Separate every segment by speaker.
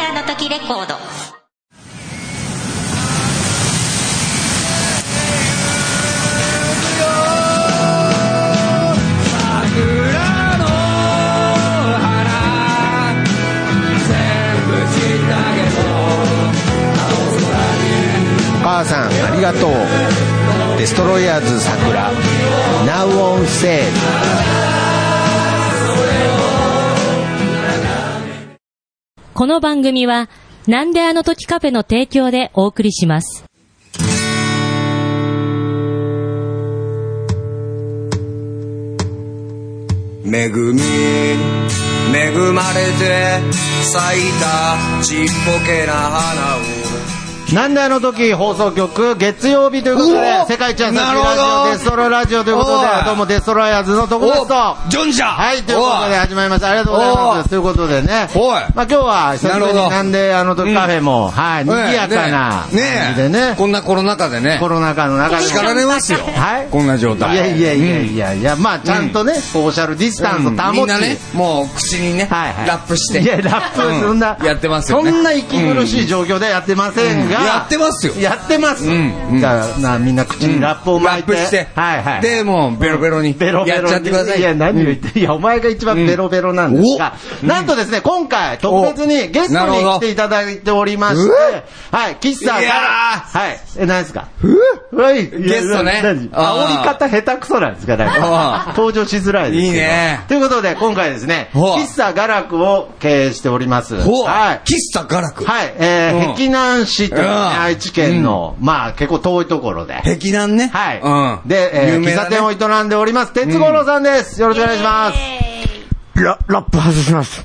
Speaker 1: コード
Speaker 2: 母さんありがとうデストロイヤーズ桜 Now on sale
Speaker 1: この番組はなんであの時カフェの提供でお送りします
Speaker 3: 恵み恵まれて咲いたちっぽけな花を
Speaker 2: なんであの時放送局月曜日ということ
Speaker 3: う
Speaker 2: で
Speaker 3: お
Speaker 2: 世界一安い
Speaker 3: なるほ
Speaker 2: ラジ
Speaker 3: ど
Speaker 2: オデストロラジオということ
Speaker 3: お
Speaker 2: で
Speaker 3: い
Speaker 2: どうもデストロイヤーズの徳ですと
Speaker 3: おジョンじゃ
Speaker 2: はいということで始まりましたありがとうございま
Speaker 3: お
Speaker 2: すということでね
Speaker 3: おい
Speaker 2: まあ今日は久しぶり
Speaker 3: なるほ
Speaker 2: に
Speaker 3: ど
Speaker 2: なんであの時カフェもはい
Speaker 3: ね
Speaker 2: 賑やかな
Speaker 3: ね
Speaker 2: 感じで
Speaker 3: ね
Speaker 2: ね
Speaker 3: こんなコロナ禍でね
Speaker 2: コロナ禍の中で
Speaker 3: 叱られますよ
Speaker 2: はい
Speaker 3: こんな状態
Speaker 2: いやいやいやいやいやまあちゃんとねソーシャルディスタンスを保
Speaker 3: みん
Speaker 2: ち
Speaker 3: なねもう口にね、
Speaker 2: はいはい
Speaker 3: ラップして
Speaker 2: いやラップ
Speaker 3: うん
Speaker 2: そんな、
Speaker 3: やってますよね
Speaker 2: そんな息苦しい状況ではやってませんが、
Speaker 3: うんやってますよ
Speaker 2: やってます、
Speaker 3: んうん
Speaker 2: じゃあなみんな口にラップを巻いて、
Speaker 3: ラップして、
Speaker 2: はいはい
Speaker 3: でもうベロベロに
Speaker 2: ベロベロ
Speaker 3: やっちゃってください
Speaker 2: や何を言って、いやお前が一番ベロベロなんですが、なんとですね今回特別にゲスト
Speaker 3: なる
Speaker 2: に
Speaker 3: ほ
Speaker 2: 来
Speaker 3: ど
Speaker 2: ていただいておりまして
Speaker 3: うわ
Speaker 2: はい岸さ
Speaker 3: い
Speaker 2: んが
Speaker 3: やー
Speaker 2: はいえ何ですかはい
Speaker 3: ゲストね
Speaker 2: いや何
Speaker 3: あ
Speaker 2: 煽
Speaker 3: ー
Speaker 2: り方下手くそなんですかなん
Speaker 3: あー
Speaker 2: か登場しづらいですけ
Speaker 3: いい
Speaker 2: ど
Speaker 3: ね
Speaker 2: ということで今回ですね
Speaker 3: ほう
Speaker 2: 喫茶ガラクを経営しております
Speaker 3: ほう、
Speaker 2: はい
Speaker 3: 喫茶ガラク、
Speaker 2: はい、え
Speaker 3: う
Speaker 2: ー、
Speaker 3: ん
Speaker 2: 碧南市というね、
Speaker 3: うん
Speaker 2: 愛知県の、まあ結構遠いところで。
Speaker 3: 壁団ね
Speaker 2: はい。
Speaker 3: うん、
Speaker 2: で、えー
Speaker 3: 有名
Speaker 2: 喫
Speaker 3: だ
Speaker 2: 茶
Speaker 3: ね
Speaker 2: 店を営んでおります、鉄五郎さんです。よろしくお願いします。
Speaker 4: ララップ外します。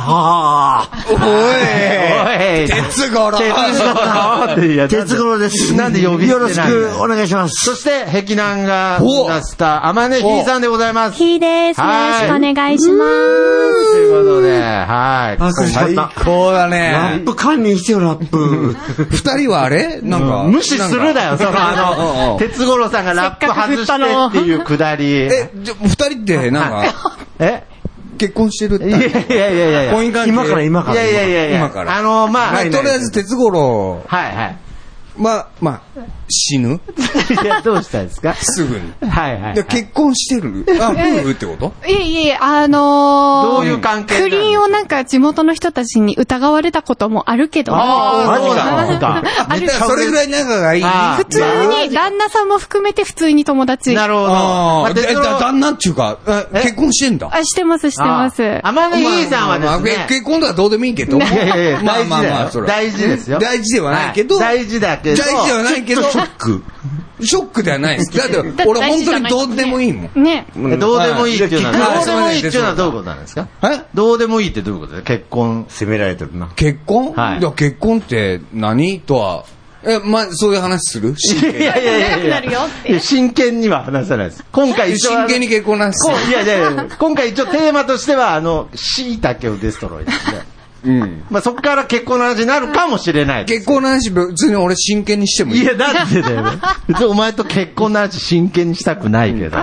Speaker 4: バ
Speaker 3: おい
Speaker 2: おい
Speaker 3: 鉄五郎
Speaker 2: 鉄五郎っていや
Speaker 4: ー。鉄五郎です。
Speaker 2: なんで呼び捨
Speaker 4: よ
Speaker 2: てなん
Speaker 4: ろし
Speaker 2: だ
Speaker 4: くお願いします。
Speaker 2: そして、碧南が
Speaker 3: お
Speaker 2: 出した、天音ひーさんでございます。
Speaker 5: ひーです。よろ
Speaker 2: は
Speaker 5: し
Speaker 2: い
Speaker 5: くお願いします。
Speaker 2: ということで、はい。
Speaker 4: あそう
Speaker 3: 最高だ
Speaker 4: ラッ
Speaker 3: ね
Speaker 4: プ管理してよ、ラップ。
Speaker 3: 二人はあれなんか、
Speaker 2: 無視するだ
Speaker 3: な
Speaker 2: よ、
Speaker 3: ん
Speaker 2: そ
Speaker 3: か
Speaker 2: のあ
Speaker 3: うんう
Speaker 2: の、
Speaker 3: ん
Speaker 2: 鉄五郎さんがラップ外してっていうくだり。
Speaker 3: え、じゃ、二人って、なんか、
Speaker 2: え
Speaker 3: 結婚してるっ
Speaker 2: いやいやい
Speaker 3: て。
Speaker 2: やいやいや。
Speaker 3: 婚姻関係
Speaker 4: 今から今
Speaker 2: い
Speaker 4: から。
Speaker 2: やいやいやいや。
Speaker 3: 今から
Speaker 2: あの、ま
Speaker 3: まあ
Speaker 2: あ、はい
Speaker 3: とりあえず、鉄五郎
Speaker 2: はい。
Speaker 3: は、まあ、死ぬ
Speaker 2: いや、どうしたんですか
Speaker 3: すぐに。
Speaker 2: はいはい。
Speaker 3: で結婚してるあ、夫婦ってこと
Speaker 5: いえいえ、あの
Speaker 2: ど
Speaker 5: ー、
Speaker 2: ういう関係
Speaker 5: 不倫をなんか地元の人たちに疑われたこともあるけど、
Speaker 2: ああ、
Speaker 3: マジか
Speaker 2: そうだ。
Speaker 5: ある
Speaker 3: だからそれぐらい仲がいい。
Speaker 2: あ
Speaker 5: 普通に旦那さんも含めて普通に友達。
Speaker 2: なるほど。
Speaker 3: あ
Speaker 2: ま
Speaker 3: あ、
Speaker 2: あ
Speaker 3: で
Speaker 2: 鉄
Speaker 3: だ
Speaker 2: 郎
Speaker 3: 旦那っていうか、え
Speaker 2: え
Speaker 3: 結婚してんだ。
Speaker 5: あ、してます、してます。
Speaker 2: ああ天音ひーさんはです
Speaker 3: まあ
Speaker 2: ね。
Speaker 3: 結婚とはどうでもいいけど。
Speaker 2: いやいやいや、
Speaker 3: まあ
Speaker 2: 大
Speaker 3: まあ
Speaker 2: 事だ
Speaker 3: まあ、そ
Speaker 2: よ。
Speaker 3: れ。
Speaker 2: 大事ですよ。
Speaker 3: 大事ではないけど。
Speaker 2: は大事だけど。
Speaker 3: 大事ではないけど。
Speaker 2: ちょっとショッ
Speaker 3: ク。ショックではないです。だって、
Speaker 5: だ
Speaker 3: 俺本当にどうでもいいもん。
Speaker 5: ね。
Speaker 2: えどうでもいいっていうのは、
Speaker 3: はい
Speaker 2: どうでもいいっていうのはどういうことなんですか
Speaker 3: え
Speaker 2: どうでもいいってどういうことですか結婚。
Speaker 4: 責められてるな。
Speaker 3: 結婚
Speaker 2: はい
Speaker 3: いや、結婚って何とは。え、まあ、そういう話するし
Speaker 2: いやいやいやいや。
Speaker 5: 長くなるよって
Speaker 2: いや真剣には話さないです。今回一応。
Speaker 3: 真剣に結婚なんす
Speaker 2: こ
Speaker 3: よ
Speaker 2: ういやいやいや、今回一応テーマとしては、あの、椎茸をデストロイですね。
Speaker 3: うん。
Speaker 2: まあそこから結婚の話になるかもしれないです。
Speaker 3: 結婚の話、別に俺真剣にしてもいい。
Speaker 2: いや、だって だよね。別にお前と結婚の話真剣にしたくないけど。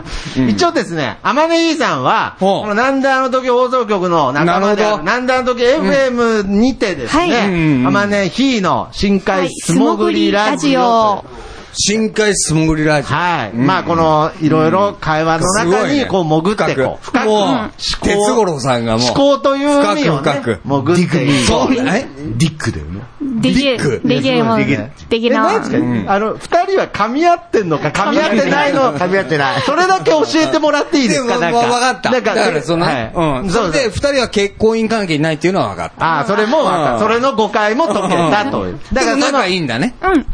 Speaker 2: 一応ですね、天音いさんは、
Speaker 3: ほう
Speaker 2: このなんであの時放送局の仲間であ
Speaker 3: なるほ
Speaker 2: る、
Speaker 3: ど
Speaker 2: なんであの時 FM にてですね、
Speaker 5: はい
Speaker 3: うん
Speaker 2: 天音ひーの深
Speaker 5: は
Speaker 2: 海
Speaker 5: い
Speaker 2: 素潜りラジオという。
Speaker 3: 深海素潜りラジオ。
Speaker 2: はい。
Speaker 3: うん
Speaker 2: まあ、この、いろいろ会話の
Speaker 3: す
Speaker 2: 中
Speaker 3: ごい
Speaker 2: に、
Speaker 3: ね
Speaker 2: こう、潜って、こう、
Speaker 3: 深く
Speaker 2: 思
Speaker 3: もう
Speaker 2: 考。
Speaker 3: 哲五郎さんがもう
Speaker 2: 思考という意味をね、
Speaker 3: 深く深
Speaker 2: 潜っていく。
Speaker 3: そう、え
Speaker 4: ディックだよね。
Speaker 5: でき
Speaker 3: ディッ
Speaker 5: る。
Speaker 3: ク
Speaker 5: できるもん。
Speaker 4: いやすごいできる
Speaker 5: でき
Speaker 2: え、
Speaker 5: る
Speaker 2: な
Speaker 5: も
Speaker 2: んですか、
Speaker 5: ん。
Speaker 3: うん
Speaker 2: あの、二人は噛み合ってんのか、噛み合ってないのか。
Speaker 4: 噛み合ってない
Speaker 2: それだけ教えてもらっていい
Speaker 3: で
Speaker 2: で
Speaker 3: すも、
Speaker 2: か、
Speaker 3: わ
Speaker 2: なん
Speaker 3: わ
Speaker 2: か。
Speaker 3: かった。だ
Speaker 2: なんか、
Speaker 3: から、そのね、
Speaker 2: はい
Speaker 3: うん。
Speaker 2: そ
Speaker 3: そうれ
Speaker 2: そ
Speaker 3: で、
Speaker 2: う。
Speaker 3: 二人は結婚姻関係にないっていうのは分かった。
Speaker 2: ああ、それも分かった、
Speaker 3: うん
Speaker 2: それの誤解も解けたという。だ
Speaker 3: だからら、
Speaker 2: か、その、
Speaker 3: 仲
Speaker 2: はい
Speaker 3: い
Speaker 2: い。
Speaker 3: いんだね。
Speaker 5: うん、うん。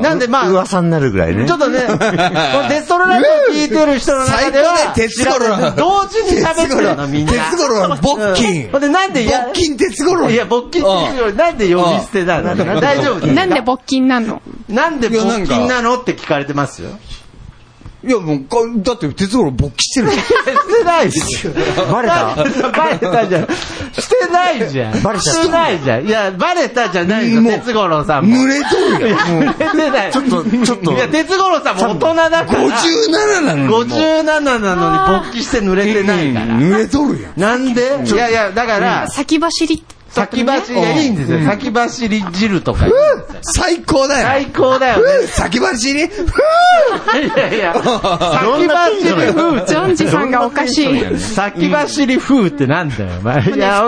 Speaker 2: なんで、まあ、
Speaker 4: 噂になるぐらいね。
Speaker 2: ちょっとね、このデストロラジオ聞いてる人の中では、
Speaker 3: 最高だよ鉄五郎
Speaker 2: 同時に喋ってるの、みんな。
Speaker 3: 鉄五郎 のボッキ
Speaker 2: う
Speaker 3: ン。
Speaker 2: んほんでなんでや
Speaker 3: ボッキン鉄五郎。
Speaker 2: いや、勃起っていうより、なんで呼び捨てな
Speaker 3: うん
Speaker 2: の大丈夫ですか
Speaker 5: なんで勃起なんの
Speaker 2: なんで
Speaker 3: いやな
Speaker 2: 勃
Speaker 3: ん
Speaker 2: 起
Speaker 3: か
Speaker 2: なのって聞かれてますよ。
Speaker 3: いや、もう、かだって、鉄五郎勃起してる。
Speaker 2: して ないですよ。
Speaker 4: バレた
Speaker 2: バレたじゃん。してないじゃん。
Speaker 4: バレちゃった
Speaker 2: してないじゃん。いや、バレたじゃないよ、
Speaker 3: もう
Speaker 2: 哲五郎さんも。
Speaker 3: 濡れとるよ。もう
Speaker 2: 濡れてない。
Speaker 4: ちょっと、ちょっと
Speaker 2: い、や、哲五郎さんも大人だから。
Speaker 3: 57なのにもう。
Speaker 2: 57なのに勃起して濡れてないから。
Speaker 3: うん濡れとるやん。
Speaker 2: なんでいやいや、だから、
Speaker 5: 先走り
Speaker 2: 先走りがいいんですよ。先走り汁とか。
Speaker 6: 最高だよ。
Speaker 2: 最高だよね。
Speaker 6: 先走り
Speaker 2: いやい や、先走り風
Speaker 5: ジョンジさんがおかしい。
Speaker 2: 先走り風ってなんだよ、お前。いや、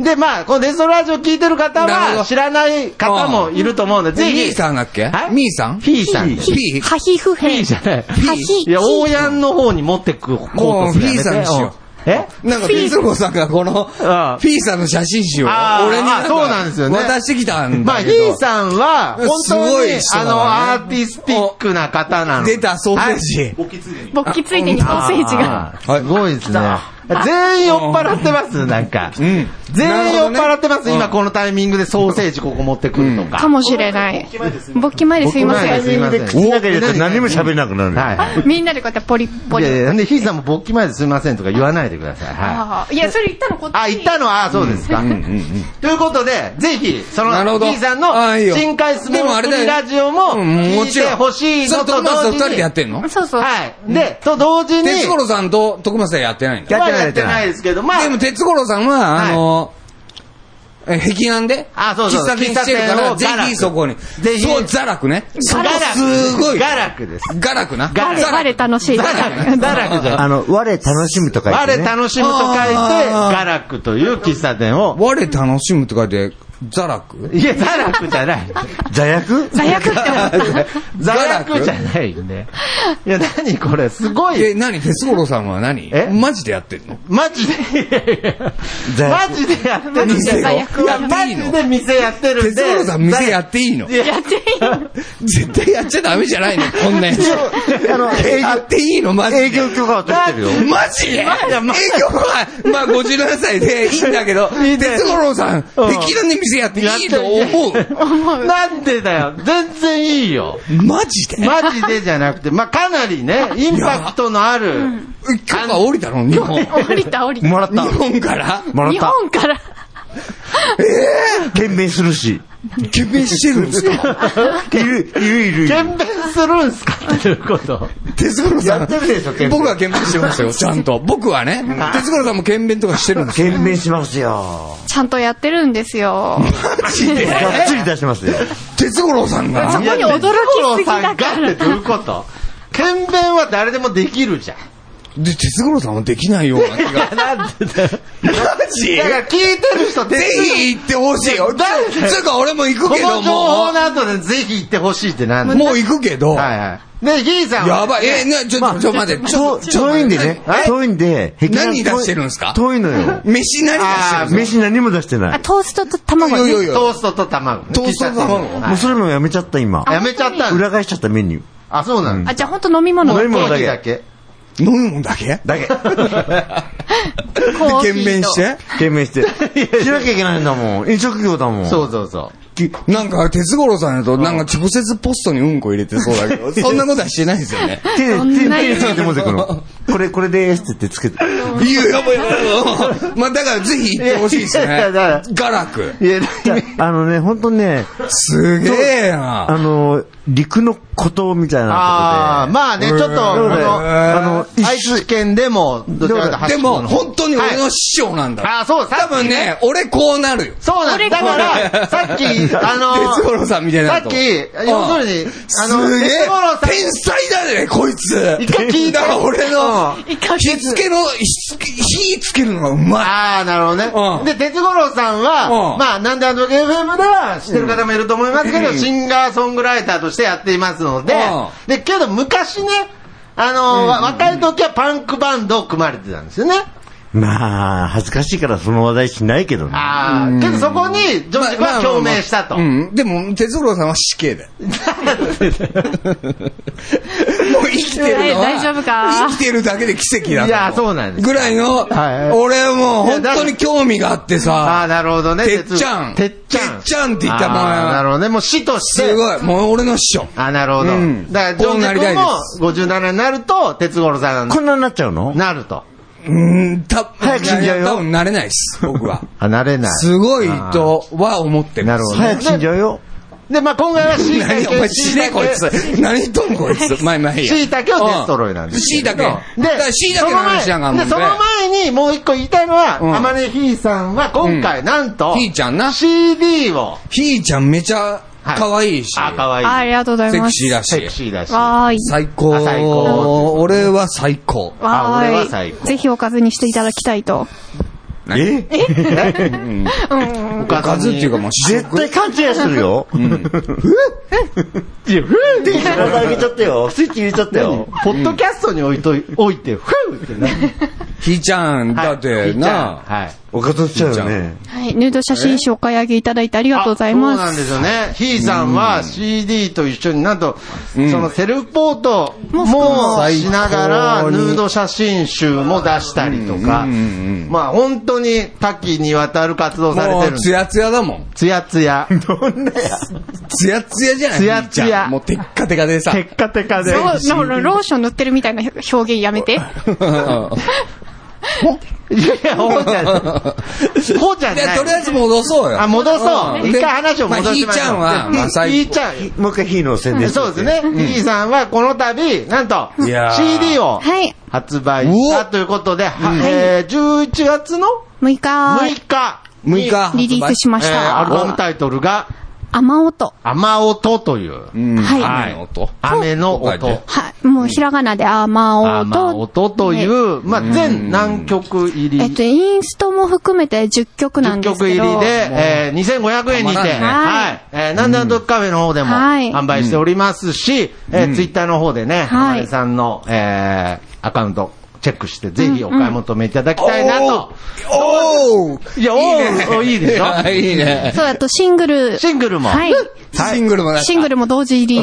Speaker 2: で、まあ、このデストラジオ聞いてる方
Speaker 3: なるほ
Speaker 2: は
Speaker 3: ど
Speaker 2: 知らない方もいると思うんで、ぜ
Speaker 3: ミ
Speaker 2: ひ。
Speaker 3: ーさんだっけ
Speaker 2: はい
Speaker 3: ミーさん
Speaker 2: フィーさん。フ
Speaker 3: フィー
Speaker 1: ハヒフヘ
Speaker 2: ィー
Speaker 1: ン。
Speaker 2: じゃない。
Speaker 1: ハヒ。
Speaker 2: いや、大ヤンの方に持ってくコートするのやめ
Speaker 3: もうフィー
Speaker 2: て
Speaker 3: さんにしよ
Speaker 2: え
Speaker 3: なんか、ピズコさんがこの、フィーさんの写真集を、
Speaker 2: あー
Speaker 3: 俺に
Speaker 2: あーそうなんですよね
Speaker 3: 渡してきたん
Speaker 2: まあ、
Speaker 3: だ
Speaker 2: ヒ
Speaker 3: けど。
Speaker 2: ーさんは、本
Speaker 3: す
Speaker 2: 当
Speaker 3: ご
Speaker 2: に
Speaker 3: い、人
Speaker 2: あ
Speaker 3: だね
Speaker 2: の、アーティスティックな方なの。
Speaker 3: 出たソーセージ。
Speaker 5: 勃起ついでにソーセージが。
Speaker 2: あーすごいですね。全員酔っ払ってますなんか。
Speaker 3: ん
Speaker 2: 全員酔っ払ってま
Speaker 3: なる
Speaker 2: す
Speaker 3: ほどね
Speaker 2: 今このタイミングでソーセージここ持ってくるとか。
Speaker 5: かもしれない。勃起前ですいませ
Speaker 2: すい
Speaker 5: ん。
Speaker 2: ません。
Speaker 4: 口の中入れたら何も喋れなくなる。
Speaker 2: は
Speaker 5: みんなでこうやってポリッポ
Speaker 2: い。い
Speaker 5: リ
Speaker 2: やい。や、で、ヒーさんも勃起前ですいませんとか言わないでください。はい。
Speaker 5: あーいや、それ言ったのこっち。
Speaker 2: あ、言ったのは、あそうですか。ということで、ぜひ、その、
Speaker 3: なるほど
Speaker 2: P さん
Speaker 3: あ
Speaker 2: の、
Speaker 3: いいよ
Speaker 2: 深海スモ
Speaker 3: でもあれ
Speaker 2: ーク
Speaker 3: だよ
Speaker 2: リラジオも、
Speaker 3: うんも
Speaker 2: 聞い
Speaker 3: ち
Speaker 2: て
Speaker 3: ろん
Speaker 2: ほしい
Speaker 3: そ
Speaker 2: の
Speaker 3: れ徳
Speaker 2: と
Speaker 3: 松と
Speaker 2: 同
Speaker 3: 二
Speaker 2: 時に。
Speaker 3: 人でやってんの
Speaker 5: そうそう。
Speaker 2: はい。で、と同時に、
Speaker 3: 鉄五郎さんと徳松さんやってないんだ。
Speaker 2: まあやってないですけど、まあ、
Speaker 3: でも、鉄五郎さんは、
Speaker 2: はい
Speaker 3: あの、え壁案で、
Speaker 2: あそうそう
Speaker 3: 喫茶店してるか
Speaker 2: 喫茶店
Speaker 3: ら、
Speaker 2: を
Speaker 3: ぜひそこに。
Speaker 2: ぜひ
Speaker 3: そう、座楽ね。そこ
Speaker 2: ガラク
Speaker 3: すごい。
Speaker 2: ガラクです。
Speaker 3: ガラクな。
Speaker 2: ガラク
Speaker 3: 座楽
Speaker 5: 我楽しい。
Speaker 2: ガラク、ガラクじゃない。
Speaker 4: あの、我楽しむとか言っ
Speaker 2: 我
Speaker 4: て、ね。
Speaker 2: 楽しむと書いて、
Speaker 3: あー
Speaker 2: ガラクという喫茶店を、
Speaker 3: 我楽しむとかで、座楽
Speaker 2: いや、ザラクじゃない。
Speaker 4: 座薬
Speaker 5: 座薬って思った。
Speaker 2: ザラクじゃないんで。いや、何これ、すご
Speaker 3: え、
Speaker 2: い、
Speaker 3: 何鉄五郎さんは何
Speaker 2: え
Speaker 3: マジでやってんの
Speaker 2: マジで、
Speaker 4: 座
Speaker 2: マ
Speaker 4: 薬
Speaker 2: ジでやってるん
Speaker 3: 店
Speaker 2: で
Speaker 3: よ
Speaker 5: 座薬
Speaker 2: い
Speaker 5: は
Speaker 2: や、マジで店やってるん
Speaker 3: 鉄
Speaker 2: で
Speaker 3: 五郎さ、ん店やっていいの
Speaker 5: やっていいの
Speaker 3: 絶対やっちゃダメじゃないのこんなやつ。
Speaker 4: あの、営
Speaker 3: や
Speaker 4: 業
Speaker 3: っていいのマジで。
Speaker 4: 営業許可は取ってるよ。
Speaker 3: マジで営業は、まあ57歳でいいんだけど、哲五郎さん、適当に店やっていいと思う。
Speaker 2: なんでだよ、全然いいよ。
Speaker 3: マジで
Speaker 2: マジでじゃなくて、まあ、かなりね、インパクトのある、
Speaker 3: 許可降りたの日本。
Speaker 5: 降りた降りた。
Speaker 4: もらっ
Speaker 3: 日
Speaker 4: た。
Speaker 3: 本から
Speaker 4: もらっ
Speaker 5: 日
Speaker 4: た。
Speaker 5: 本から。
Speaker 4: 懸命するし。
Speaker 3: 決めしてるん ですか
Speaker 4: いる、いる、いるいる。
Speaker 2: 検便するんすかっていうこと。
Speaker 3: 哲五郎さ
Speaker 4: や
Speaker 3: ん
Speaker 4: って。るでしょ、懸命。
Speaker 3: 僕は検便してますよ、ちゃんと。僕はね、哲五郎さんも検便とかしてるんですよ。
Speaker 4: 懸命しますよ。
Speaker 5: ちゃんとやってるんですよ。
Speaker 3: マジで
Speaker 4: がっつり出しますよ。
Speaker 3: 哲五郎さん
Speaker 5: そ
Speaker 3: が
Speaker 5: こに驚きすぎだ
Speaker 2: 哲五郎さ
Speaker 5: か
Speaker 2: んがって
Speaker 5: ら。
Speaker 2: どういうこと検便は誰でもできるじゃん。
Speaker 3: で、哲五郎さんはできないような気が。
Speaker 2: なんでだよ。
Speaker 3: マジ
Speaker 2: だから聞いてる人、
Speaker 3: ぜひ行ってほしいよ。だつうか俺も行く
Speaker 2: こ
Speaker 3: けど
Speaker 2: の情報
Speaker 3: も
Speaker 2: の後でぜひ行ってほしいってなん
Speaker 3: う、
Speaker 2: で
Speaker 3: もう行くけど、
Speaker 2: はいはい。ね、ヒーさんは
Speaker 3: やばい、え、ね、ちょ、ちょ、ちょ、待って、ちょ、ちょ、
Speaker 4: 遠いんでね
Speaker 2: え。
Speaker 4: 遠いんで、壁が
Speaker 3: 何出してるんですか
Speaker 4: 遠い のよ。
Speaker 3: 飯何
Speaker 2: あ
Speaker 3: かしてる
Speaker 4: 飯何も出してな
Speaker 1: あ、
Speaker 4: い。
Speaker 1: トーストと
Speaker 3: いや
Speaker 1: 卵
Speaker 3: いや
Speaker 1: ね。
Speaker 3: いや
Speaker 2: トーストと卵。
Speaker 3: トーストと卵
Speaker 2: は
Speaker 4: もうそれもやめちゃった、今
Speaker 2: い。。やめちゃったんだ
Speaker 4: 裏返しちゃったメニュー。
Speaker 2: あ、そうなの。
Speaker 5: あ、じゃあほんと飲み物。
Speaker 4: 飲み
Speaker 2: コ
Speaker 4: 物
Speaker 2: ー
Speaker 4: だ
Speaker 2: ヒー
Speaker 4: け
Speaker 2: だけ。
Speaker 3: 飲むもんだけ
Speaker 4: だけ。
Speaker 5: コーヒーと
Speaker 3: 懸命して
Speaker 4: 懸命して。しなきゃいけないんだもん。飲食業だもん。
Speaker 2: そうそうそう。
Speaker 3: なんか、哲五郎さんやと、なんか直接ポストにうんこ入れてそうだけ ど、そんなことはしてないですよね。
Speaker 4: 手、手、
Speaker 5: そんな
Speaker 4: 手
Speaker 5: に
Speaker 4: につけて持ってくの。これ、これでーすって言ってつけて。
Speaker 3: いや、やばいやばいやばい。まあ、だからぜひ行ってほしいですね
Speaker 2: いやいやいや。
Speaker 3: ガラク。
Speaker 2: いや、
Speaker 4: あのね、ほんとね、
Speaker 3: すげえ
Speaker 4: あ
Speaker 3: な。
Speaker 4: の、陸の孤島みたい
Speaker 2: あ
Speaker 4: な
Speaker 2: ー、まあね、ちょっと、こ
Speaker 4: とこで。
Speaker 2: の、
Speaker 4: あの、
Speaker 2: 愛知県でも、どちらかと
Speaker 3: でも、本当に俺
Speaker 2: は
Speaker 3: の
Speaker 2: い
Speaker 3: 師匠なんだ。
Speaker 2: あ、そう、さ
Speaker 3: 多
Speaker 2: っき
Speaker 3: 分ね、俺こうなるよ。
Speaker 2: そうなんだ。だから、さっ き、あの、
Speaker 3: 哲五郎さんみたいにな
Speaker 2: さ
Speaker 3: る
Speaker 2: っ
Speaker 3: と
Speaker 2: き、
Speaker 3: 思う
Speaker 2: 要するに、あの、
Speaker 3: すげえ
Speaker 2: 哲五郎さん
Speaker 3: 天才だね、こいつ
Speaker 2: 一回聞いて
Speaker 3: だから俺 の
Speaker 2: うん、
Speaker 5: 一回
Speaker 3: 火つけの、火つけ火つけるのがうまい。
Speaker 2: ああ、なるほ
Speaker 3: う
Speaker 2: ど
Speaker 3: ん
Speaker 2: ね。で、哲五郎さん
Speaker 3: う
Speaker 2: は
Speaker 3: ん、
Speaker 2: まあ、なんであの、FM では知ってる方もいると思いますけど、シンガーソングライターとしてやっていますので
Speaker 3: う、
Speaker 2: で、けど昔ね、あの、わ若い時はパンクバンドを組まれてたんですよね。
Speaker 4: まあ、恥ずかしいからその話題しないけどね。
Speaker 2: ああ、けどそこに、ジョージ君は共鳴したと。
Speaker 3: う
Speaker 2: い
Speaker 3: ん。でも、哲郎さんは死刑だ よ。もう生きてるのは、
Speaker 5: え大丈夫か
Speaker 3: 生きてるだけで奇跡だと思。
Speaker 2: や、そうなんです。
Speaker 3: ぐらいの、
Speaker 2: はい
Speaker 3: 俺はもう本当に興味があって
Speaker 2: ああ、
Speaker 3: さ、
Speaker 2: なるほどね。
Speaker 3: てっちゃん。
Speaker 2: てっちゃん。
Speaker 3: てっちゃんって言ったもん
Speaker 2: あーなるほどね。もう死として。
Speaker 3: すごい。もう俺の師匠。
Speaker 2: あ、なるほど。
Speaker 3: うん
Speaker 2: だから、ジョ
Speaker 3: こうな
Speaker 2: ー
Speaker 3: り
Speaker 2: ジ
Speaker 3: たいで
Speaker 2: 君も57になると、哲五郎さん
Speaker 4: こんなになっちゃうの
Speaker 2: になると。
Speaker 3: うん、た、
Speaker 4: 早く死んじゃうよ
Speaker 3: 多分慣れないっす、僕は。
Speaker 2: あ、なれない。
Speaker 3: すごいとは思ってます。
Speaker 2: なるほど
Speaker 4: 早く死んじゃうよ。
Speaker 2: で、まあ今回は 椎
Speaker 3: 何お
Speaker 2: 茸、
Speaker 3: 前死ねこいつ。何言っとんこいつ。まあまあいいや。
Speaker 2: 椎茸をデストロイなんです
Speaker 3: 椎茸。
Speaker 2: で
Speaker 3: だから、椎茸の話なんかもんね。
Speaker 2: その前でその前にもう一個言いたいのは、
Speaker 3: うん
Speaker 2: 天音ひーさんは今回なんと、
Speaker 3: ひーちゃんな。
Speaker 2: CD を、
Speaker 3: ひーちゃんめちゃ可愛いし。
Speaker 2: あ、可愛い
Speaker 5: ありがとうござい
Speaker 3: セク
Speaker 5: ます。
Speaker 3: シーだ
Speaker 2: セク
Speaker 3: し。
Speaker 2: シーだし。あ、
Speaker 5: わーい。
Speaker 3: 最高
Speaker 2: あ最高。
Speaker 3: 俺は最高。
Speaker 5: わ
Speaker 2: 俺は
Speaker 5: ー
Speaker 2: 最
Speaker 5: い
Speaker 2: 高。
Speaker 5: ぜひおかずにしていただきたいと。
Speaker 3: え
Speaker 5: うん。
Speaker 3: お
Speaker 2: お
Speaker 3: かずっていうかもう主
Speaker 4: 絶
Speaker 3: 食。
Speaker 4: 対勘違いするよ。
Speaker 2: いやふうって言って
Speaker 4: お金入れちゃったよ。スイッチ入れちゃったよ。
Speaker 2: ポッドキャストに置いとい、置いて、ふうってね。
Speaker 3: ひーちゃん、だってな。
Speaker 2: はい。
Speaker 4: おかずしちゃうよね。
Speaker 5: はい。ヌード写真集お買い上げいただいてあり
Speaker 2: あ
Speaker 5: がとうございます。
Speaker 2: そうなんですよね。ひーさんは CD と一緒になんと、
Speaker 3: ん
Speaker 2: そのセルフポートもしながら、
Speaker 3: 最高に
Speaker 2: ヌード写真集も出したりと
Speaker 3: う
Speaker 2: か、
Speaker 3: んうんうんうん
Speaker 2: まあ本当に多岐にわたる活動されて
Speaker 3: も
Speaker 2: る
Speaker 3: う、
Speaker 2: んで
Speaker 3: ツ
Speaker 2: す。
Speaker 3: ヤツヤだもん。
Speaker 2: つやつや。
Speaker 3: ツヤツヤじゃない
Speaker 2: ツヤツヤ
Speaker 3: ひーちゃんもうテッカテカでさ。
Speaker 2: テッカテカで。
Speaker 5: ローなんかローション塗ってるみたいな表現やめて。
Speaker 2: いやいや、ほうちゃん。ほうちゃん
Speaker 3: じ
Speaker 2: じ
Speaker 3: ゃ
Speaker 2: ゃな
Speaker 3: あ、
Speaker 2: い。
Speaker 3: とりあえず戻そうよ。
Speaker 2: あ、戻そう。
Speaker 3: ん
Speaker 2: 一回話を戻しましょう。
Speaker 3: まあひーちゃんはまあ最高
Speaker 2: ひーちゃん。
Speaker 4: もう一回ヒーの宣伝して
Speaker 2: そうです。ね。ひーさんはこの度、なんと、
Speaker 3: いやー
Speaker 2: CD を
Speaker 5: はい。
Speaker 2: 発売したということで、はえー11月の
Speaker 5: 6
Speaker 2: 6
Speaker 5: 日、
Speaker 2: 日に、
Speaker 3: 6日。
Speaker 5: リリースしまし
Speaker 2: えー
Speaker 5: た。
Speaker 2: アルバムタイトルが、
Speaker 5: 雨音。
Speaker 2: 雨音という、
Speaker 3: うん。
Speaker 5: はい
Speaker 3: 雨の音。
Speaker 2: 雨の音。
Speaker 3: そう
Speaker 5: はい。もうひらがなで雨
Speaker 2: 雨
Speaker 5: 音。
Speaker 2: 音とい
Speaker 5: で。
Speaker 2: う、まあ、全何曲入り。
Speaker 5: えっと、インストも含めて10曲なん
Speaker 2: 10
Speaker 5: です
Speaker 2: 曲
Speaker 5: け
Speaker 2: 入
Speaker 5: ど。
Speaker 2: りで、えー、2500円にて、
Speaker 3: たまらんね
Speaker 2: はい。えー、なんであの時カフェの方でも
Speaker 5: はい
Speaker 2: 販売しておりますし、えー、ツイッターの方でね、
Speaker 5: はい
Speaker 2: 浜根さんの、えー、アカウントチェックして、ぜひお買い求めいただきたいなと。
Speaker 3: おー
Speaker 2: いや、おーおーいいでしょ
Speaker 3: や いいね。
Speaker 5: そう、あとシングル。
Speaker 2: シングルも。
Speaker 5: はい。
Speaker 3: シングルもな
Speaker 5: シングルも同時入り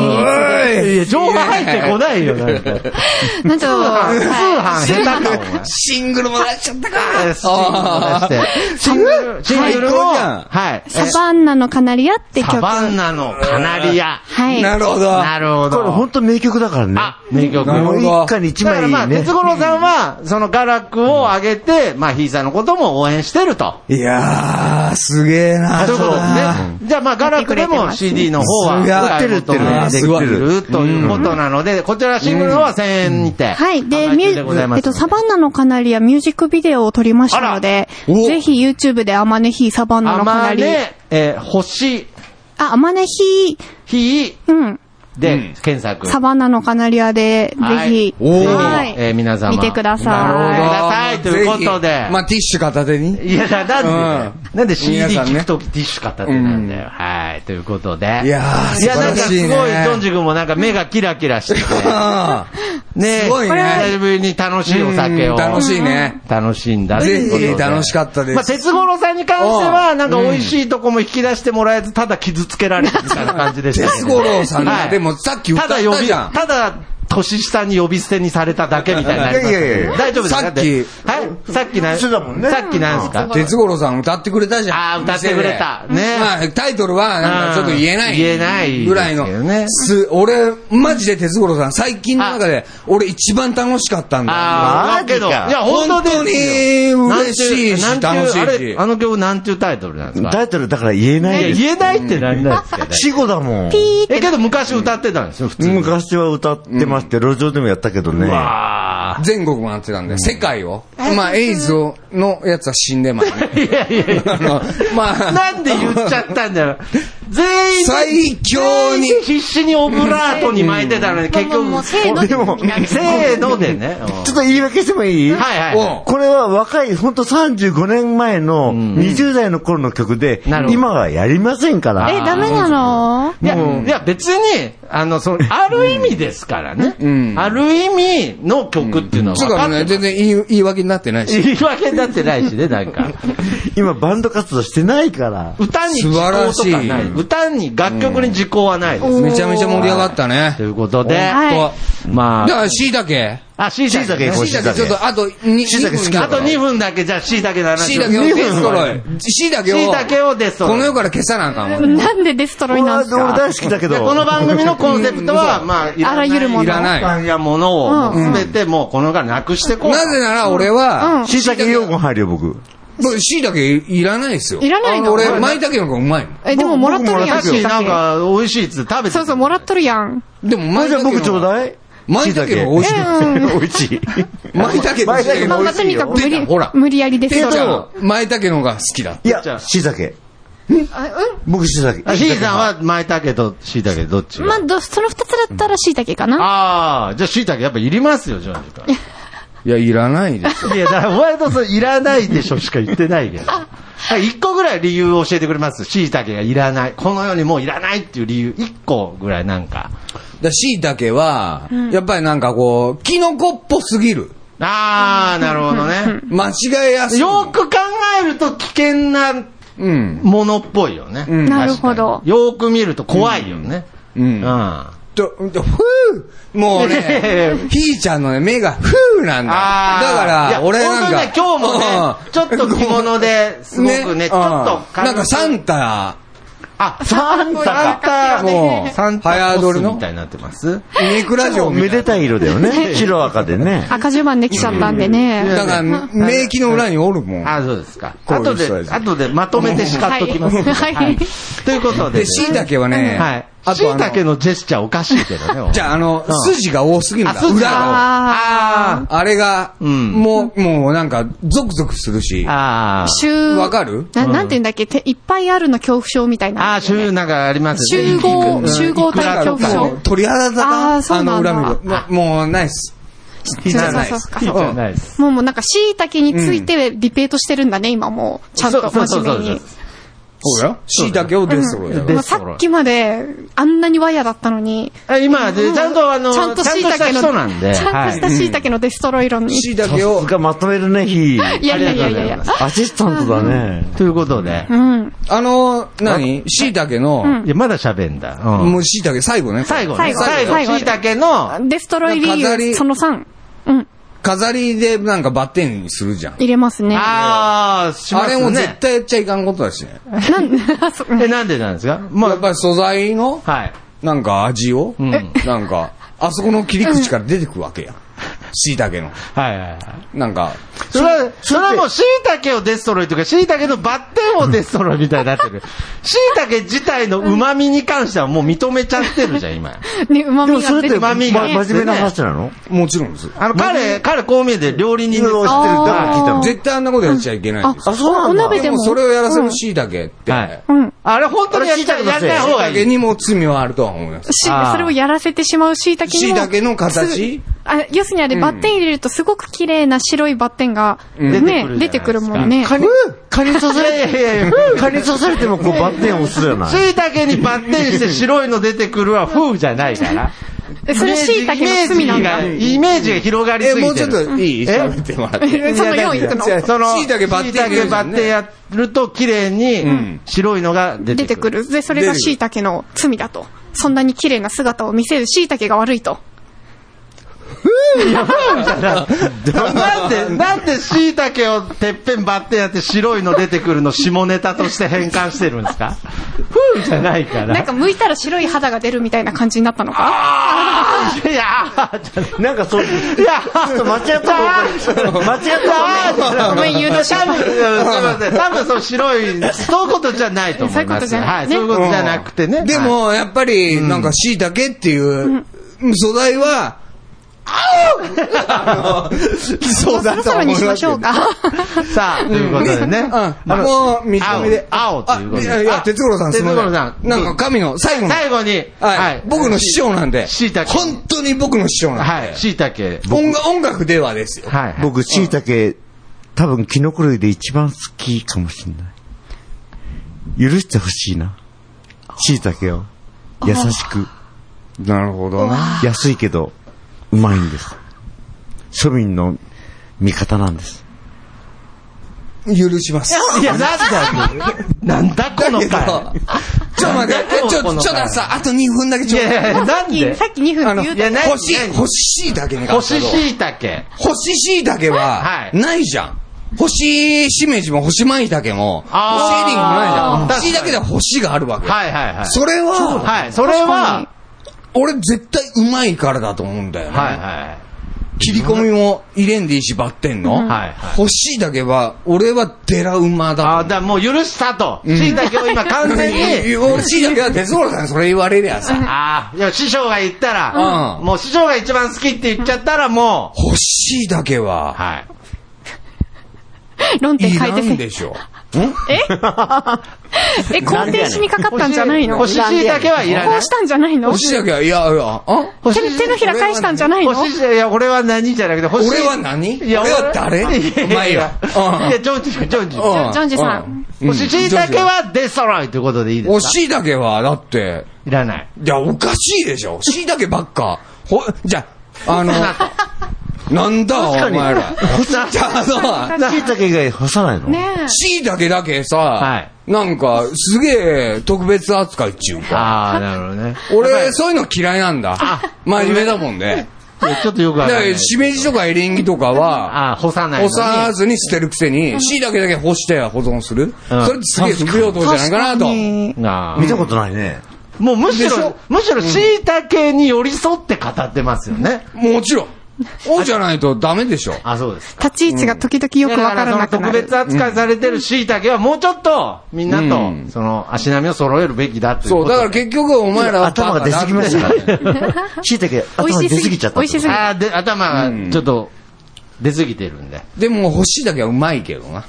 Speaker 5: で
Speaker 2: いや、情報入ってこないよ、なんか。通
Speaker 5: す。なんと、
Speaker 2: 販
Speaker 5: は、
Speaker 2: 下手か、お前。
Speaker 3: シングルも出しちゃったか
Speaker 2: えーシングル出してシングル、シングル
Speaker 3: 最
Speaker 2: も、
Speaker 3: 高じゃん
Speaker 2: はい。え
Speaker 5: い。
Speaker 2: ー
Speaker 5: サバンナのカナリアって曲。
Speaker 2: サバンナのカナリア。
Speaker 5: はい。
Speaker 3: なるほど。
Speaker 2: なるほ
Speaker 4: こ
Speaker 2: ど。
Speaker 4: れ本当名曲だからね。
Speaker 2: あ、名曲。
Speaker 3: なるほ
Speaker 4: も
Speaker 3: ど
Speaker 4: う一家に一
Speaker 2: だか
Speaker 4: 枚
Speaker 2: らまあ、
Speaker 4: ね
Speaker 2: 哲。五郎さんは、そのガラクを上げて、まあ、ひいさんのことも応援してると。
Speaker 3: いやー、すげえな
Speaker 2: そういうことですね。じゃあまあ、ガラクでも CD の方は、
Speaker 3: すげえ
Speaker 2: 売ってる
Speaker 3: 売ってる
Speaker 2: 売ってるということなので、こちらシングルの方は1000円にて。
Speaker 5: はい。で、
Speaker 2: 販売
Speaker 5: ミュ
Speaker 2: 中でござい
Speaker 5: ー
Speaker 2: ます
Speaker 5: えっと、サバンナのカナリアミュージックビデオを撮りましたので、
Speaker 3: あらお
Speaker 5: ぜひ YouTube でアマネヒーサバンナ
Speaker 2: あ
Speaker 5: のカ
Speaker 2: ま
Speaker 5: ナリア。
Speaker 2: ね、えー、星、
Speaker 5: あ、アマネヒ
Speaker 2: ひ
Speaker 5: ー、うん。
Speaker 2: ーで検索。
Speaker 5: サバンナのカナリアで、
Speaker 2: はい
Speaker 5: ぜひ、
Speaker 3: おー
Speaker 5: はい
Speaker 2: えー皆様
Speaker 5: 見てください。
Speaker 2: なるほどくださいということで
Speaker 3: ぜひまあ、ティッシュ片手に。
Speaker 2: いや、だなんで、なんで CD
Speaker 3: 皆さんね
Speaker 2: 聞くときティッシュ買ったってなんだよ。はい、ということで。
Speaker 3: いやー
Speaker 2: いや、
Speaker 3: 素晴
Speaker 2: なん
Speaker 3: ら
Speaker 2: か
Speaker 3: しいね
Speaker 2: すごい、ドンジ君もなんか目がキラキラしてて。 ね
Speaker 3: すごいね
Speaker 2: 久しぶりに楽しいお酒
Speaker 3: う
Speaker 2: を。
Speaker 3: ん楽しいね。
Speaker 2: 楽しんだとい
Speaker 3: ぜ
Speaker 2: うことで。
Speaker 3: ひ、楽しかったで
Speaker 2: まあ、
Speaker 3: す。
Speaker 2: 鉄五郎さんに関しては、なんか美味しいとこも引き出してもらえず、ただ傷つけられるみたいな感じでしたけど。
Speaker 3: 鉄五郎さん
Speaker 2: は
Speaker 3: が、
Speaker 2: い
Speaker 3: でもさっき歌
Speaker 2: た
Speaker 3: っ
Speaker 2: だ呼
Speaker 3: た
Speaker 2: び、
Speaker 3: じゃん。
Speaker 2: ただ、年下に呼び捨てにされただけみたいになりましたけど
Speaker 4: いやいやいやいや
Speaker 2: 大丈夫ですか
Speaker 3: さっき
Speaker 2: だってはいさっきな、
Speaker 4: 普通だもんね
Speaker 2: さっきなんですか
Speaker 3: 鉄五郎さん歌ってくれたじゃん。
Speaker 2: あー歌ってくれたね
Speaker 3: まあ、タイトルは、なんかちょっと言えな
Speaker 2: うん
Speaker 3: い。
Speaker 2: 言えない
Speaker 3: ぐらい
Speaker 2: ですけど
Speaker 3: の。
Speaker 2: ね
Speaker 3: す、俺、マジで鉄五郎さん、最近の中で、俺一番楽しかったんだよ。
Speaker 2: ああ、だ
Speaker 4: マジ
Speaker 2: けど、い
Speaker 4: か
Speaker 2: や、
Speaker 3: 本
Speaker 2: 本当
Speaker 3: 当に
Speaker 2: ですよ
Speaker 3: 嬉しい
Speaker 2: なん
Speaker 3: し、
Speaker 2: て
Speaker 3: 楽し
Speaker 2: なんて
Speaker 3: い
Speaker 2: あれ
Speaker 3: し。
Speaker 2: あの曲なんていうタイトルなんです
Speaker 4: タ
Speaker 2: か
Speaker 4: イトルだから言えないい
Speaker 2: や、
Speaker 4: です。
Speaker 2: 言えないってなんなんですかね。
Speaker 4: 死語だもん。
Speaker 2: え、けど昔歌ってたんですよ、普通に。
Speaker 4: 昔は歌ってまして、路上でもやったけどね。
Speaker 2: わ
Speaker 3: 全国回ってたんで、世界を。まあ、エイズを、のやつは死んでます ね。
Speaker 2: ーいやいやい
Speaker 3: あ
Speaker 2: や。
Speaker 3: の、まあ、
Speaker 2: なんで言っちゃったんだよ。全員、
Speaker 3: 最強に
Speaker 2: 全員必死にオブラートに巻いてたのに、結
Speaker 5: もうも
Speaker 2: 局、
Speaker 5: うせーの
Speaker 4: でも、
Speaker 2: せーのでね。
Speaker 4: ちょっと言い訳してもいい
Speaker 2: はいはい。
Speaker 3: お
Speaker 4: これは若い、ほんと35年前の
Speaker 2: ん
Speaker 4: 20代の頃の曲で
Speaker 2: なるほ、ど
Speaker 4: 今はやりませんから。
Speaker 5: え、ダメなの
Speaker 2: いや、いや別に、あの、その、ある意味ですからね。
Speaker 3: うん
Speaker 2: ある意味の曲っていうのは
Speaker 3: つう
Speaker 2: 分か
Speaker 3: か
Speaker 2: っ
Speaker 3: ね、
Speaker 2: て
Speaker 3: 全然言い言い訳になってないし。
Speaker 2: 言い訳になってないしね、なん か。
Speaker 4: 今バンド活動してないから。
Speaker 2: 歌に時効
Speaker 3: 素晴
Speaker 2: と
Speaker 3: ら
Speaker 2: か
Speaker 3: しい
Speaker 2: ない。歌に、楽曲に時効はないですね。
Speaker 3: めちゃめちゃ盛り上がったね
Speaker 2: と。いうことで、
Speaker 5: は
Speaker 2: ま
Speaker 3: だか
Speaker 2: あ、
Speaker 3: ら、椎茸。
Speaker 2: あ、しいたけ。
Speaker 4: 椎茸
Speaker 3: 椎茸、ちょっと、あと、に、椎茸好
Speaker 2: あと2分だけ、じゃあ、しいたけの
Speaker 3: 椎
Speaker 2: 話を。
Speaker 3: 茸をデストロイ。椎
Speaker 2: 椎茸
Speaker 3: 茸
Speaker 2: をデストロイ
Speaker 3: この世から消さなあかんわ。
Speaker 5: なんでデストロイなんです
Speaker 4: 俺は
Speaker 5: か
Speaker 4: 大好きだけ
Speaker 2: で
Speaker 4: ど。
Speaker 2: この番組のコンセプト は、まあ、い
Speaker 5: あらゆるもの
Speaker 3: いらない
Speaker 2: 一般やものを、
Speaker 5: う
Speaker 2: すべてもうこの世からなくしてこう。
Speaker 3: なぜなら俺は、
Speaker 5: うん
Speaker 4: 椎茸用語入るよ、僕。
Speaker 3: もう椎茸いらないですよ。
Speaker 5: いらないの
Speaker 3: 俺、舞茸の方がうまいも
Speaker 5: え、でももらっとるやん、
Speaker 2: 確かに
Speaker 5: 椎茸
Speaker 2: なんか、美味しいっつって食べて
Speaker 5: そうそう、もらっとるやん。
Speaker 3: ん。でも舞
Speaker 4: じゃあ
Speaker 3: 茸の
Speaker 4: 僕ちょうだい。
Speaker 3: 舞茸の方が美味しい。
Speaker 5: え、う ん。
Speaker 6: 美味しい。
Speaker 3: 舞茸の椎茸
Speaker 5: ま
Speaker 3: の
Speaker 5: あ、
Speaker 3: 方
Speaker 5: ま
Speaker 3: が
Speaker 5: あ、とにか
Speaker 3: 美味
Speaker 5: く無
Speaker 3: しいよ。出た
Speaker 5: 理
Speaker 3: ほら。、
Speaker 5: 無理やりです
Speaker 3: てっ
Speaker 5: よ。
Speaker 3: ちゃん
Speaker 5: あ
Speaker 3: は舞茸の方が好きだ。
Speaker 4: いや
Speaker 2: じゃあ、
Speaker 4: しいたけ。
Speaker 5: う
Speaker 4: 僕しいたけ。
Speaker 2: あひいさんは、舞茸と椎茸どっち
Speaker 5: ん。まあ、
Speaker 2: が
Speaker 5: どその二つだったら椎茸かな。
Speaker 2: ああ、じゃあ椎茸やっぱいりますよ、ジョージか
Speaker 3: いや、いらないですよ。
Speaker 2: ら。いや、だからお前とそれいらないでしょしか言ってない けど。はい一個ぐらい理由を教えてくれます。椎茸がいらない。この世にもういらないっていう理由、一個ぐらいなんか。
Speaker 3: だしいたけは、やっぱりなんかこう、キノコっぽすぎる。
Speaker 2: ああ、なるほどね。
Speaker 3: 間違えやすい。
Speaker 2: よく考えると危険な
Speaker 3: うん。
Speaker 2: ものっぽいよね。
Speaker 3: うん。
Speaker 5: なるほど。
Speaker 2: よーく見ると怖いよね。
Speaker 3: う。
Speaker 2: うんん。
Speaker 3: と、とふぅもう ね、ひーちゃんのね、目がふぅなんだ。だ
Speaker 2: あー
Speaker 3: か
Speaker 2: い
Speaker 3: ら、
Speaker 2: や
Speaker 3: 俺なんか。
Speaker 2: 本当ね、今日もね、ちょっと着物ですごくね、ちょっと
Speaker 3: うんなんかサンタ、
Speaker 2: あ、サンタか。
Speaker 3: サンタもう
Speaker 2: サンタ
Speaker 3: 早
Speaker 2: コ
Speaker 3: 撮
Speaker 2: ス
Speaker 3: りの
Speaker 2: みたいになってます。
Speaker 3: ネクラジオみた
Speaker 4: め
Speaker 3: いな
Speaker 4: でたい色だよね。 白赤で ね。
Speaker 5: 赤十番できちゃったんでね。
Speaker 3: だから、名機の裏におるもん。
Speaker 2: あ、そうですか。
Speaker 3: こうい
Speaker 2: 後
Speaker 3: う人や
Speaker 2: で、
Speaker 3: つ
Speaker 2: 後でまとめて叱っときます。
Speaker 5: はいはい
Speaker 2: ということで、
Speaker 3: で、しいたけはね、
Speaker 2: はい。
Speaker 3: あ
Speaker 2: し
Speaker 3: とあ
Speaker 2: いた
Speaker 3: の
Speaker 2: けのジェスチャーおかしいけどね。お前
Speaker 3: じゃあ、あの、筋が多すぎるんだ。
Speaker 2: あ筋
Speaker 3: 裏が。
Speaker 5: あ
Speaker 3: あれが、
Speaker 2: ん
Speaker 3: もう、もうなんか、ゾクゾクするし。
Speaker 2: あー
Speaker 5: あ。週、
Speaker 3: わかる
Speaker 5: ななんて言うんだっけ、ていっぱいあるの恐怖症みたい
Speaker 2: あ
Speaker 5: な。
Speaker 2: ー、集なんかありますね。
Speaker 5: 集合
Speaker 2: うん
Speaker 5: 集合体恐怖症
Speaker 3: もう鳥肌だ
Speaker 5: あーそうなんだ
Speaker 3: あの恨みが。もうもう、ないっす。
Speaker 5: そうそう
Speaker 3: ない
Speaker 5: そう
Speaker 3: っ
Speaker 5: そ
Speaker 3: す
Speaker 5: うか
Speaker 2: いいじゃないです。
Speaker 5: もうもうなんか椎茸についてリペートしてるんだね、今もう。ちゃんと
Speaker 2: そうそ
Speaker 5: 真
Speaker 2: うそう
Speaker 5: 面目に。
Speaker 3: そうよ。しいたけを出そろやろ。
Speaker 5: もうさっきまであんなにワイヤだったのに。
Speaker 2: あ今、でちゃんとあの、
Speaker 5: ち
Speaker 2: ち
Speaker 5: ゃ
Speaker 2: ゃ
Speaker 5: ん
Speaker 2: ん
Speaker 5: と
Speaker 2: と
Speaker 5: 椎
Speaker 2: した
Speaker 5: 茸の、
Speaker 2: 人なんで。
Speaker 5: ちゃんとした椎茸のデストロイロンに。
Speaker 3: しいた
Speaker 4: さ
Speaker 3: けを
Speaker 4: す、がまとめるね、ひ
Speaker 5: いやいやいやいやいや。
Speaker 4: アシスタントだね。
Speaker 2: ということで。
Speaker 5: うん。
Speaker 3: あの、何しいたけの、
Speaker 2: いや、まだ喋んだ。うん
Speaker 3: もうしいたけ最後ね。
Speaker 2: 最後ね。
Speaker 5: 最後
Speaker 2: 最
Speaker 5: 最後
Speaker 2: 後、しいたけの、
Speaker 5: デストロイ理
Speaker 3: 飾り
Speaker 5: 由、その3。うん。
Speaker 3: 飾りでなんかバッテンにするじゃん。
Speaker 5: 入れますね。
Speaker 2: ああ、しま
Speaker 3: あ
Speaker 2: すね。
Speaker 3: れも絶対やっちゃいかんことだしね。
Speaker 5: なん、そううん
Speaker 2: え、なんでなんですか
Speaker 3: ま
Speaker 2: ま
Speaker 3: あ、や
Speaker 2: あ
Speaker 3: っ、ぱり素材の、
Speaker 2: はい。
Speaker 3: なんか味を、なんか、あそこの切り口から出てくわけや。椎茸の。
Speaker 2: はいはいはい。
Speaker 3: なんか、
Speaker 2: それは、それはもう、椎茸をデストロイというか、椎茸のバッテンをデストロイみたいになってる。椎茸自体の旨味に関してはもう認めちゃってるじゃん、今。
Speaker 5: ね、うま
Speaker 4: でも
Speaker 5: みが
Speaker 4: それ
Speaker 5: 出
Speaker 4: って
Speaker 5: て
Speaker 4: ま
Speaker 5: ま
Speaker 2: み
Speaker 4: 真
Speaker 2: が出て
Speaker 4: 面目な話なの
Speaker 3: もちろんです。
Speaker 2: あの、彼、彼こう見えて料理
Speaker 4: い
Speaker 2: 人で
Speaker 4: ろい
Speaker 2: す。
Speaker 4: ろ知ってる。だから聞いたの。
Speaker 3: 絶対あんなことやっちゃいけないんです
Speaker 4: あ、
Speaker 3: よ。
Speaker 4: そうなんだ。
Speaker 5: お鍋
Speaker 3: で
Speaker 5: で
Speaker 3: も
Speaker 5: も
Speaker 3: それをやらせる椎茸って、
Speaker 2: はい
Speaker 5: うん。
Speaker 2: あれ本当にやりたい、やりたい方が
Speaker 3: 椎
Speaker 2: い
Speaker 3: 茸
Speaker 2: い。
Speaker 3: にも罪はあるとは思います。
Speaker 5: し
Speaker 2: あー
Speaker 5: それをやらせてしまう椎茸に
Speaker 3: 椎
Speaker 5: も。
Speaker 3: 茸の形
Speaker 5: あ、要するにあれ、バッテン入れるとすごく綺麗な白いバッテンが、ね、出てくるもんね。
Speaker 4: 蚊に、蚊に刺さ
Speaker 2: いやいやいや
Speaker 4: れ、蚊に刺されてもこうバッテン押すじゃない。
Speaker 2: 椎茸にバッテンして白いの出てくるは、風じゃないから。
Speaker 5: え それ椎茸の罪なんだ。
Speaker 2: イメージが広がり
Speaker 3: え、
Speaker 2: すぎてる。
Speaker 3: もうちょっといい
Speaker 2: え
Speaker 3: 調べてもらって。
Speaker 5: その4いくの
Speaker 3: いや
Speaker 2: その、
Speaker 3: 椎茸バッテン入れる
Speaker 2: 椎茸バッテンやると綺麗に白いのが出
Speaker 5: 出
Speaker 2: て
Speaker 5: て
Speaker 2: く
Speaker 5: く
Speaker 2: る。
Speaker 5: る。で、それが椎茸の罪だと。そんなに綺麗な姿を見せる椎茸が悪いと。
Speaker 2: なんで、なんで椎茸をてっぺんバッテンやって白いの出てくるの下ネタとして変換してるんですかふうじゃないか
Speaker 5: なん
Speaker 2: ら。
Speaker 5: か剥いたら白い肌が出るみたいな感じになったのか
Speaker 2: いや、あーじ
Speaker 4: なんかそう、い
Speaker 2: ゃいや、あー
Speaker 4: や間違った方向間違った方向
Speaker 5: ごめん、言うのし
Speaker 2: 多分、すいません。多分、その白い、そういうことじゃないと思います。
Speaker 5: そういうことじゃない
Speaker 2: はい、そういうことじゃなくてね。
Speaker 3: で
Speaker 2: はい、
Speaker 3: も、やっぱり、なんか、椎茸っていう、素材は、 あおそう
Speaker 5: そ
Speaker 3: だ
Speaker 5: ろ
Speaker 3: と
Speaker 5: そ
Speaker 3: は思
Speaker 5: ろに
Speaker 3: い
Speaker 5: し
Speaker 3: ま
Speaker 5: ますし
Speaker 3: け
Speaker 5: ょ
Speaker 3: ど
Speaker 5: う。か。
Speaker 2: さあ、ということでね。
Speaker 3: うん。もう、見た目で。
Speaker 2: 青青ということで
Speaker 3: あいやいや、哲五郎さん、
Speaker 2: 哲五郎さ
Speaker 3: す
Speaker 2: ん
Speaker 3: みませなんか、神の、最後の。
Speaker 2: 最後に、
Speaker 3: はい。僕の師匠なんで。
Speaker 2: 椎茸
Speaker 3: 本当に僕の師匠なん
Speaker 2: は
Speaker 3: で
Speaker 2: い、。椎茸。
Speaker 3: 音楽音楽ではですよ。
Speaker 2: はい。
Speaker 4: 僕、椎茸、多分、キノコ類で一番好きかもしんない。許してほしいな。椎茸を。優しく。
Speaker 3: なるほどな。
Speaker 4: 安いけど、うまいんです。庶民の味方なんです。
Speaker 3: 許します。
Speaker 2: いや、なんだよ。なんだこの
Speaker 3: けど
Speaker 2: 回。
Speaker 3: ちょっと待って、 えちょ、ち
Speaker 2: こ
Speaker 3: ょ
Speaker 2: の
Speaker 3: っとさ、あと2分だけち
Speaker 2: い
Speaker 3: ょうだい
Speaker 2: やいや、なんで
Speaker 5: さっき2
Speaker 3: あ
Speaker 5: 分
Speaker 3: の、
Speaker 5: 言う
Speaker 2: いや
Speaker 5: と。
Speaker 2: な
Speaker 3: 干し
Speaker 2: 何、
Speaker 3: 干し椎茸ね。
Speaker 2: 干し椎茸。
Speaker 3: 干し椎茸
Speaker 2: は
Speaker 3: は、
Speaker 2: い
Speaker 3: ないじゃん。干ししめじも干し舞茸も、
Speaker 2: あー
Speaker 3: 干しエリングもないじゃん。
Speaker 2: 確かに
Speaker 3: 椎茸では干しがあるわけ。
Speaker 2: はいはいはい。
Speaker 3: それは、
Speaker 2: はい、それは、
Speaker 3: 俺絶対うまいからだと思うんだよね。
Speaker 2: はいは
Speaker 3: 切り込みも入れんでいいし、バッテンの。
Speaker 2: はいはい
Speaker 3: 欲しいだけは、俺はデラウマ
Speaker 2: あ
Speaker 3: だ。
Speaker 2: あ、だからもう許したと。椎茸を今完 全に、
Speaker 3: 欲しいだけは、哲郎さんそれ言われりゃさ、
Speaker 2: ああ、いや、師匠が言ったら、
Speaker 3: うん
Speaker 2: もう師匠が一番好きって言っちゃったらもう、
Speaker 3: 欲しいだけは、
Speaker 2: はい。
Speaker 5: 論点
Speaker 3: い
Speaker 5: 変
Speaker 3: ら
Speaker 5: え
Speaker 3: ん
Speaker 5: て
Speaker 3: でしょ。
Speaker 5: え、肯定しにかかったんじゃないの
Speaker 2: 干し
Speaker 5: こ
Speaker 2: 椎茸はいらな
Speaker 5: う
Speaker 2: い
Speaker 5: し。たんじゃないの
Speaker 3: 欲しいだけは、いやいや、あ
Speaker 5: 手の手のひら返したんじゃないの
Speaker 2: 干し椎茸、いや、俺は何じゃなくて、干し
Speaker 3: 俺は何
Speaker 2: いや
Speaker 3: 俺は誰
Speaker 2: いやいや
Speaker 3: まあいいわうん
Speaker 2: いや、ジョンジ君、ジョンジ君。
Speaker 3: うん
Speaker 5: ジョンジさん。
Speaker 3: うん
Speaker 2: 干し椎茸はデストロイということでいいで
Speaker 3: 欲
Speaker 2: すか
Speaker 3: しいだけは、だって、
Speaker 2: いらない。
Speaker 3: いや、おかしいでしょ。椎茸ばっか。ほ、じゃあ、あ の、なんだ、お前ら。じゃあ、あの、
Speaker 4: 椎茸以外干さないの
Speaker 5: ねえ。
Speaker 3: 椎茸だけさ、
Speaker 2: はい
Speaker 3: なんか、すげえ特別扱いっちゅうか。
Speaker 2: ああ、なるほどね。
Speaker 3: 俺、そういうの嫌いなんだ。真面目だもんね。
Speaker 2: いやちょっとよくわ
Speaker 3: だ
Speaker 2: か
Speaker 3: か
Speaker 2: んな
Speaker 3: ら、
Speaker 2: い。
Speaker 3: しめじとかエリンギとかは、
Speaker 2: ああ、干さない
Speaker 3: 干
Speaker 2: のに。
Speaker 3: さずに捨てるくせに、椎茸だけ干して保存する。それってすげえ不平等じゃないかなと。
Speaker 2: あ
Speaker 4: 見た
Speaker 2: あ
Speaker 4: ことないね。
Speaker 2: もうむし
Speaker 3: でし
Speaker 2: ろ
Speaker 3: ょ、
Speaker 2: むしろ椎茸に寄り添って語ってますよね。
Speaker 3: もちろ ん。そうじゃないとダメでしょ。
Speaker 2: あ、そうです。
Speaker 5: 立ち位置が時々よくわからなくな
Speaker 2: 特
Speaker 5: る
Speaker 2: 別。扱いされてる椎茸はもうちょっと、みんな
Speaker 3: うん
Speaker 2: と、その、足並みを揃えるべきだっていう
Speaker 3: そ
Speaker 2: こと
Speaker 3: う、だから結局お前らは
Speaker 4: 頭
Speaker 3: バ
Speaker 4: が
Speaker 3: カ
Speaker 4: 出
Speaker 3: だ
Speaker 4: すぎましたから。椎茸、
Speaker 5: 美
Speaker 4: 頭
Speaker 5: 味
Speaker 4: 出
Speaker 5: しす
Speaker 4: す
Speaker 5: ぎ
Speaker 4: ぎちゃっ、た。
Speaker 5: 美味しすぎ。
Speaker 2: あーで、頭
Speaker 3: うん
Speaker 2: が、ちょっと、出過ぎてるんで。
Speaker 3: でも欲しいだけはうまいけどな。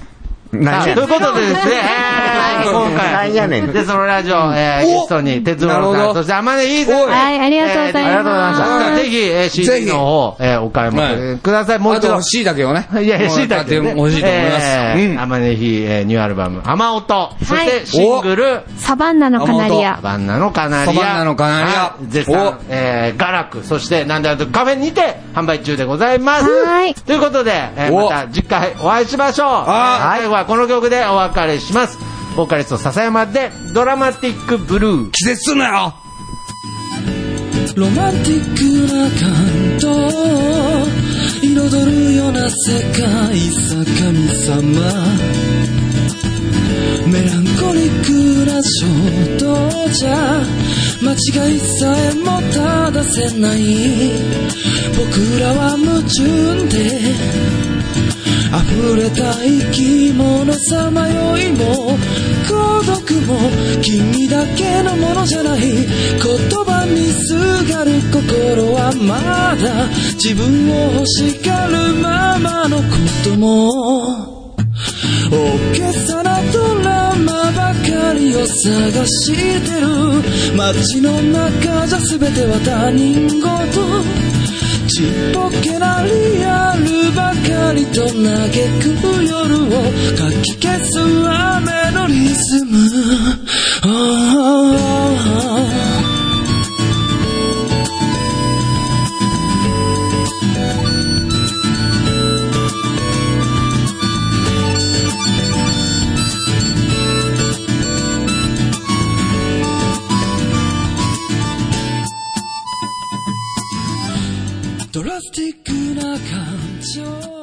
Speaker 2: あと
Speaker 4: 何
Speaker 2: いうことでですね、えー今
Speaker 4: な
Speaker 2: 回、
Speaker 4: んやねん
Speaker 2: で、そのラジオ、えー
Speaker 3: お
Speaker 2: ゲストに、哲郎
Speaker 3: なる
Speaker 2: さ
Speaker 3: ほど
Speaker 2: ん、そして、あまねいい
Speaker 3: おい
Speaker 1: はい、ありがとうございます。
Speaker 2: ありがとうございました。ぜひ、えー、
Speaker 3: ぜひ
Speaker 2: CD の方、えー、お買い
Speaker 3: は
Speaker 2: 求めください。もう
Speaker 3: あ
Speaker 2: 一
Speaker 3: と
Speaker 2: 度
Speaker 3: は。椎茸をね。
Speaker 2: いやいや、
Speaker 3: も
Speaker 2: し
Speaker 3: う
Speaker 2: いたけ、ね。
Speaker 3: 欲しいと思います。
Speaker 2: え
Speaker 3: うん
Speaker 2: ー、あまねひ、えー、ニューアルバム、雨音、そし
Speaker 1: は
Speaker 2: て
Speaker 1: い
Speaker 2: シングル、
Speaker 1: サバンナのカナリ
Speaker 2: サ
Speaker 1: ア。
Speaker 2: バンナのカナリア。
Speaker 3: サバンナのカナリア
Speaker 2: はい絶賛、えー、ガラク、そして、なんであるとカフェにて販売中でございます。
Speaker 1: はい
Speaker 2: ということで、えー
Speaker 3: お
Speaker 2: また次回お会いしましょう。
Speaker 3: あ
Speaker 2: 最後はこの曲でお別れします。ボーカリスト笹山で、ドラマティックブルー。
Speaker 3: 気絶すんなよ
Speaker 7: ロマンティックな感動彩るような世界さ神様メランコリックな衝動じゃ間違いさえも正せない僕らは矛盾で溢れた生き物さまよいも孤独も君だけのものじゃない言葉にすがる心はまだ自分を欲しがるままのことも大げさなドラマばかりを探してる街の中じゃ全ては他人事ちっぽけなリアルばかりと嘆く夜をかき消す雨のリズムああドラスティックな感情